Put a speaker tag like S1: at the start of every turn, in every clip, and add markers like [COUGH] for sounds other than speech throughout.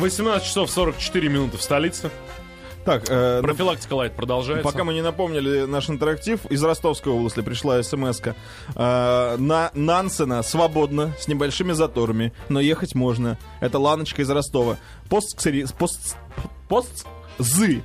S1: 18 часов 44 минуты в столице.
S2: Так, э, ну,
S1: Профилактика лайт продолжается.
S2: Пока мы не напомнили наш интерактив, из Ростовской области пришла смс -ка. Э, на Нансена свободно, с небольшими заторами, но ехать можно. Это Ланочка из Ростова. Пост... Пост... Пост... Зы.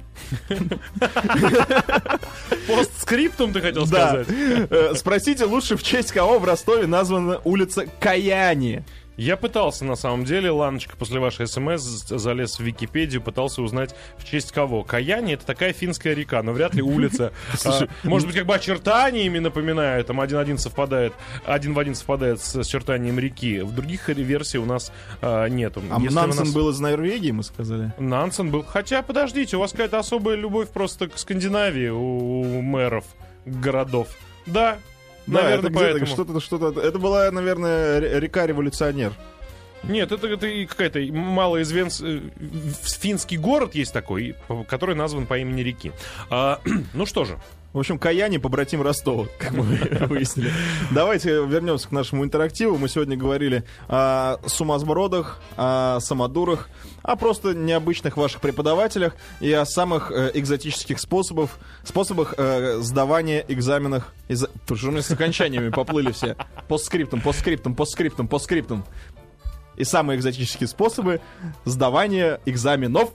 S1: постскриптум ты хотел
S2: Да.
S1: сказать.
S2: Э, Спросите лучше, в честь кого в Ростове названа улица Каяни.
S1: Я пытался, на самом деле, Ланочка, после вашей смс з- залез в Википедию, пытался узнать, в честь кого. Каяни — это такая финская река, но вряд ли улица.
S2: [LAUGHS] Слушай,
S1: А, Может быть, как бы очертаниями напоминают, там один-один совпадает, один в один совпадает с очертанием реки. В других версий у нас а, нету.
S2: А
S1: Если у
S2: Нансен
S1: нас-
S2: был из Норвегии, мы сказали.
S1: Нансен был. Хотя, подождите, у вас какая-то особая любовь просто к Скандинавии у у мэров городов. Да,
S2: да,
S1: наверное,
S2: это где-то
S1: поэтому.
S2: Что-то, что-то. Это была, наверное, ре- река революционер.
S1: Нет, это, это и какая-то малоизвенс... э, в- Финский город есть такой, по- который назван по имени реки. А, [CLEARS THROAT] ну что же,
S2: В общем, Каяне побратим Ростова, как мы [LAUGHS] выяснили. Давайте вернемся к нашему интерактиву. Мы сегодня говорили о сумасбродах, о самодурах, о просто необычных ваших преподавателях и о самых э, экзотических способов, способах э, сдавания экзаменов. из- Тут же у меня с окончаниями поплыли все. Постскриптом, постскриптом, постскриптом, постскриптом. И самые экзотические способы сдавания экзаменов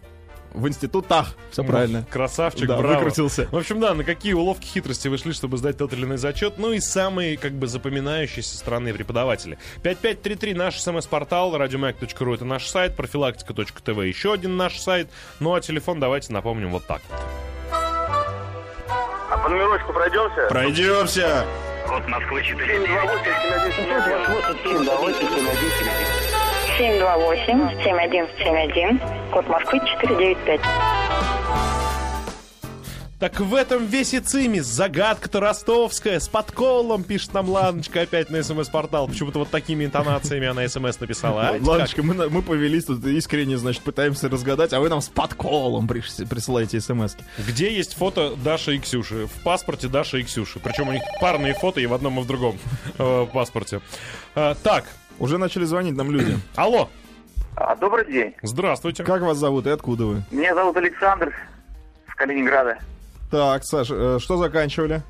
S2: в институтах. Все правильно.
S1: красавчик,
S2: Да,
S1: браво.
S2: выкрутился.
S1: В общем, да, на какие уловки хитрости вы шли, чтобы сдать тот или иной зачет, ну и самые, как бы, запоминающиеся странные преподаватели. 5533 наш смс-портал, радиомаяк.ру это наш сайт, профилактика.тв еще один наш сайт, ну а телефон давайте напомним вот так вот.
S3: А по номерочку пройдемся?
S2: Пройдемся!
S4: Код Москвы 4.
S5: 728 7171 код Москвы 495.
S1: Так в этом весь и цимис. Загадка-то ростовская, с подколом, пишет нам Ланочка опять на смс-портал. Почему-то вот такими интонациями она смс написала. А?
S2: Ладочка, мы, на- мы повелись тут искренне, значит, пытаемся разгадать, а вы нам с подколом приш- присылаете смс
S1: Где есть фото Даши и Ксюши? В паспорте Даши и Ксюши. Причем у них парные фото и в одном, и в другом э, паспорте. Э, Так,
S2: Уже начали звонить нам люди.
S1: алло,
S4: А, добрый день.
S1: здравствуйте.
S2: [CLEARS THROAT] Как вас зовут и откуда вы?
S4: Меня зовут Александр с Калининграда.
S2: Так, Саш, э, что заканчивали?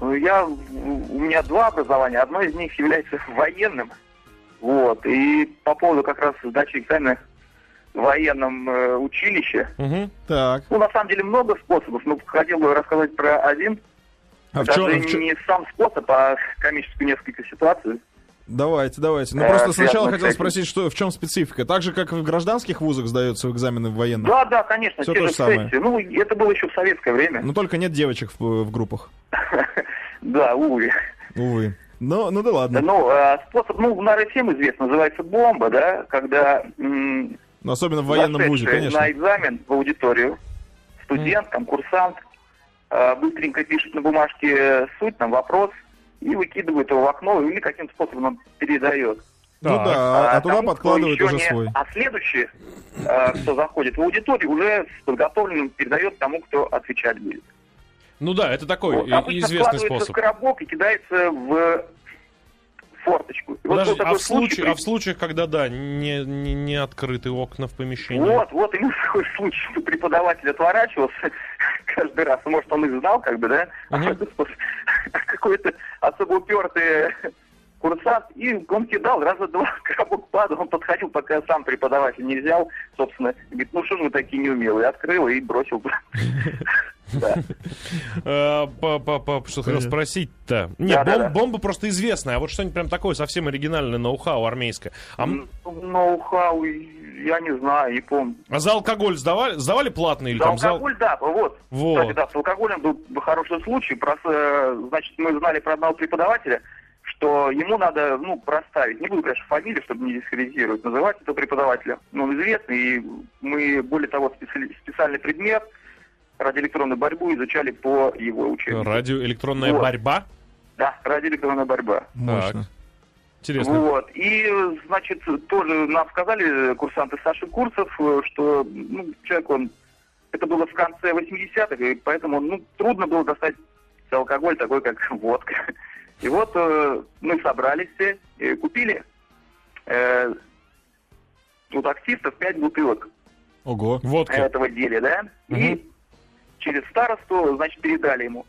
S4: Ну, Я, у меня два образования. Одно из них является военным. Вот. И по поводу как раз сдачи экзамена в военном э, училище.
S1: Мгм.
S2: Так.
S4: Ну, на самом деле, много способов, но хотел бы рассказать про один.
S2: А в чём-
S4: Даже
S2: в чё-
S4: не сам способ, а комическую несколько ситуаций.
S2: Давайте, давайте. Ну
S4: Э,
S2: просто сначала
S4: связано
S2: хотел
S4: с этим.
S2: спросить, что в чем специфика. Так же, как и в гражданских вузах сдаются экзамены в военных.
S4: Да, да, конечно,
S2: Всё
S4: те
S2: то
S4: же
S2: же самое.
S4: сессии. Ну, это было еще в советское время.
S2: Но только нет девочек в, в группах.
S4: [LAUGHS] Да, увы.
S2: Увы. Ну, ну да ладно.
S4: Ну, э, способ, ну, наверное, всем известно, называется бомба, да, когда м,
S2: Ну, особенно в военном вузе,
S4: зашедший
S2: конечно.
S4: на экзамен в аудиторию студент, там, курсант э, быстренько пишет на бумажке э, суть, там, вопрос, и выкидывает его в окно или каким способом он передает.
S2: Ну
S1: Так.
S2: да, а- а туда
S4: тому, кто
S2: подкладывают
S4: еще
S2: уже
S4: не-
S2: свой.
S4: А следующий, э, кто заходит в аудиторию, уже с подготовленным передает тому, кто отвечать будет.
S1: Ну да, это такой
S4: Вот, а
S1: и-
S4: обычно
S1: известный
S4: складывается в
S1: способ.
S4: коробок и кидается в форточку. И вот
S1: Подожди,
S4: был такой
S1: а, в случае,
S4: при-
S1: а в случаях, когда, да, не, не, не открыты окна в помещении?
S4: Вот, вот именно [LAUGHS] такой случай, что преподаватель отворачивался [LAUGHS] каждый раз. Может, он их знал, как бы, да? А
S1: Мгм.
S4: [LAUGHS] Какой-то особо упертый курсант, и он кидал раза два, [LAUGHS] коробок падал, он подходил, пока сам преподаватель не взял, собственно, говорит, ну что же вы такие неумелые, открыл и бросил. Да.
S1: Э, по- по- по- Что хотел
S2: Понятно.
S1: спросить-то? Нет,
S4: Да-да-да.
S1: бом- бомба просто известная, а вот что-нибудь прям такое совсем оригинальное ноу-хау армейское. А м-
S4: [LAUGHS] «Ну, Ноу-хау, я не знаю, не помню.
S1: А за алкоголь сдавали? Сдавали платный или
S4: Да,
S1: там за-
S4: алкоголь, да, вот.
S1: Вот.
S4: Кстати, да, с алкоголем был бы хороший случай. Прос- э, Значит, мы знали про одного преподавателя, что ему надо, ну, проставить. Не буду, конечно, фамилию, чтобы не дискредитировать, называть этого преподавателя. Но он известный, и мы, более того, специ- специальный предмет радиоэлектронную борьбу изучали по его учебнику.
S1: Радиоэлектронная
S4: Вот.
S1: борьба?
S4: Да, радиоэлектронная борьба.
S2: Мощно.
S1: Интересно.
S4: Вот. И, э, значит, тоже нам сказали э, курсанты Саши Курсов, э, что ну, человек, он... Это было в конце 80-х, и поэтому ну, трудно было достать [LAUGHS] алкоголь такой, как водка. И вот э, мы собрались все, э, купили э, у таксистов 5 бутылок
S2: Ого.
S4: Ну,
S1: Водка.
S4: этого деле, да?
S1: Мгм.
S4: И через старосту, значит, передали ему.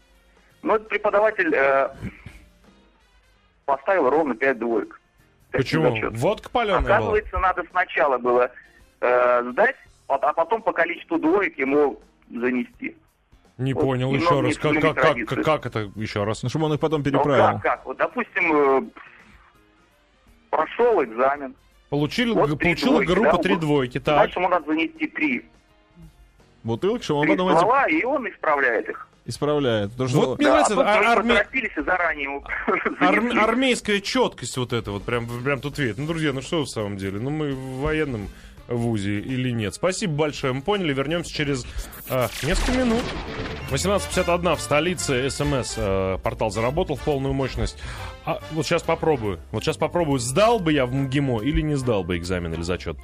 S4: Но этот преподаватель э, поставил ровно 5 двоек. Так,
S1: Почему?
S4: зачет.
S1: Водка паленая была?
S4: Оказывается, надо сначала было э, сдать, а, а потом по количеству двоек ему занести.
S1: Не
S4: вот
S1: понял еще
S4: немного
S1: раз.
S4: не
S1: Как, как, как,
S4: традиции.
S1: как это еще раз?
S2: Ну, чтобы он их потом
S4: Ну,
S2: переправил.
S4: как, как? Вот, допустим, э, прошел экзамен.
S1: Получили,
S4: Вот три
S1: получила
S4: двойки,
S1: группа
S4: да,
S1: три
S4: вот.
S1: двойки. Так. Ну,
S4: Дальше ему надо занести три,
S2: Бутылки, чтобы он
S4: три
S2: потом эти
S4: слова, и он исправляет их.
S2: исправляет. Потому что-
S1: Вот мне нравится
S4: а
S1: ар-
S4: потом
S1: арме-
S4: поторопились и заранее ему [LAUGHS]
S1: ар-
S4: занесли.
S1: армейская четкость вот эта вот прям, прям тут видит. Ну, друзья, ну что в самом деле? Ну мы в военном вузе или нет? Спасибо большое, мы поняли. Вернемся через а, несколько минут. 18.51 в столице СМС э, портал заработал в полную мощность. А, вот сейчас попробую. Вот сейчас попробую, сдал бы я в МГИМО или не сдал бы экзамен или зачет.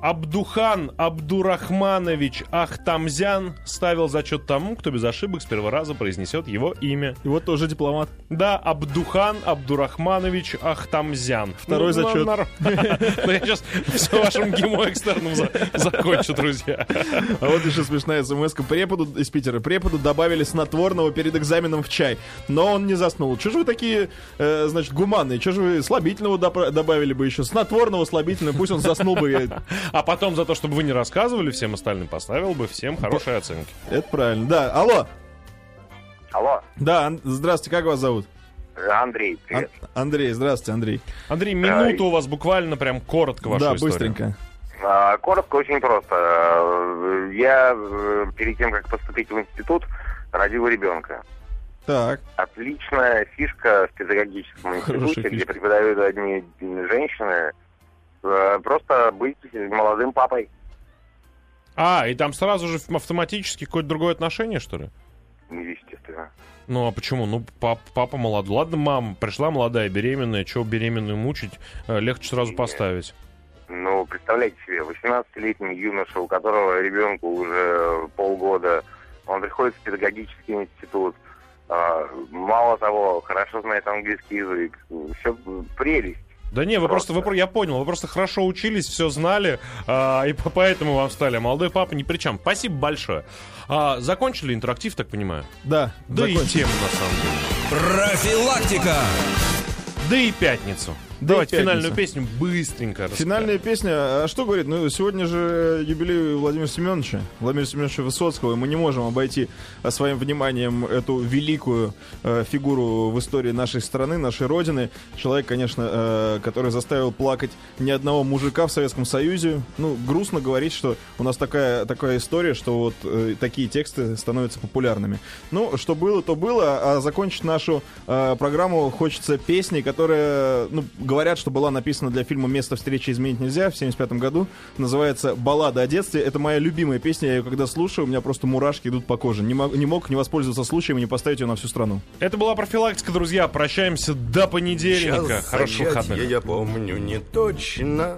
S1: Абдухан Абдурахманович Ахтамзян ставил зачет тому, кто без ошибок с первого раза произнесет его имя.
S2: И вот тоже дипломат.
S1: Да, Абдухан Абдурахманович Ахтамзян.
S2: Второй зачет.
S1: нар- [LAUGHS] Ну, я сейчас все вашим гимо экстерном за- закончу, друзья.
S2: А вот еще смешная смс преподу из Питера. Преподу добавили снотворного перед экзаменом в чай. Но он не заснул. Че же вы такие, э, значит, гуманные? Че же вы слабительного допра- добавили бы еще? Снотворного, слабительного. Пусть он заснул бы. я-
S1: А потом за то, чтобы вы не рассказывали всем остальным, поставил бы всем хорошие оценки.
S2: Это правильно. Да, алло.
S3: Алло,
S2: Да, Ан- здравствуйте, как вас зовут?
S3: Андрей,
S2: Ан-
S3: привет.
S2: Андрей, здравствуйте, Андрей.
S1: Андрей, минуту у вас буквально прям коротко вашу
S2: да,
S1: историю.
S2: быстренько.
S3: А, Коротко, очень просто. Э, Я э, перед тем, как поступить в институт, родил ребенка.
S2: Так,
S3: Отличная фишка в педагогическом
S2: Хорошая
S3: институте, где
S2: фишка.
S3: преподают одни женщины. Э, Просто быть молодым папой.
S1: А, и там сразу же автоматически какое-то другое отношение, что ли?
S3: Естественно.
S1: Ну а почему? Ну, пап, папа молод. Ладно, мама, пришла молодая, беременная, чего беременную мучить? Э, Легче сразу
S3: Нет.
S1: поставить.
S3: Ну, представляете себе, 18-летний юноша, у которого ребенку уже полгода, он приходит в педагогический институт, а, мало того, хорошо знает английский язык, все прелесть.
S1: Да не, вы просто,
S3: Просто.
S1: вы, про- я понял, вы просто хорошо учились, все знали, а, и по- поэтому вам стали. А Молодой папа ни при чем. Спасибо большое. А, закончили интерактив, так понимаю?
S2: да,
S1: Да
S2: закончим.
S1: и тему, на самом деле.
S6: Профилактика.
S1: Да и пятницу.
S2: Да
S1: Давайте
S2: и пятницу.
S1: финальную песню быстренько расскажем.
S2: Финальная песня. А что говорит? Ну, сегодня же э, юбилей у Владимира Семеновича, Владимира Семеновича Высоцкого, и мы не можем обойти э, своим вниманием эту великую э, фигуру в истории нашей страны, нашей родины. Человек, конечно, э, который заставил плакать ни одного мужика в Советском Союзе. Ну, грустно говорить, что у нас такая, такая история, что вот э, такие тексты становятся популярными. Ну, что было, то было. А закончить нашу э, программу хочется песней, которая, ну, говорят, что была написана для фильма «Место встречи изменить нельзя» в 75 году. Называется «Баллада о детстве». Это моя любимая песня. Я ее когда слушаю, у меня просто мурашки идут по коже. Не, мог- не мог не воспользоваться случаем и не поставить ее на всю страну.
S1: Это была профилактика, друзья. Прощаемся до понедельника.
S7: Час
S1: Хороших
S7: зачатия
S1: выходных.
S7: Я помню не точно,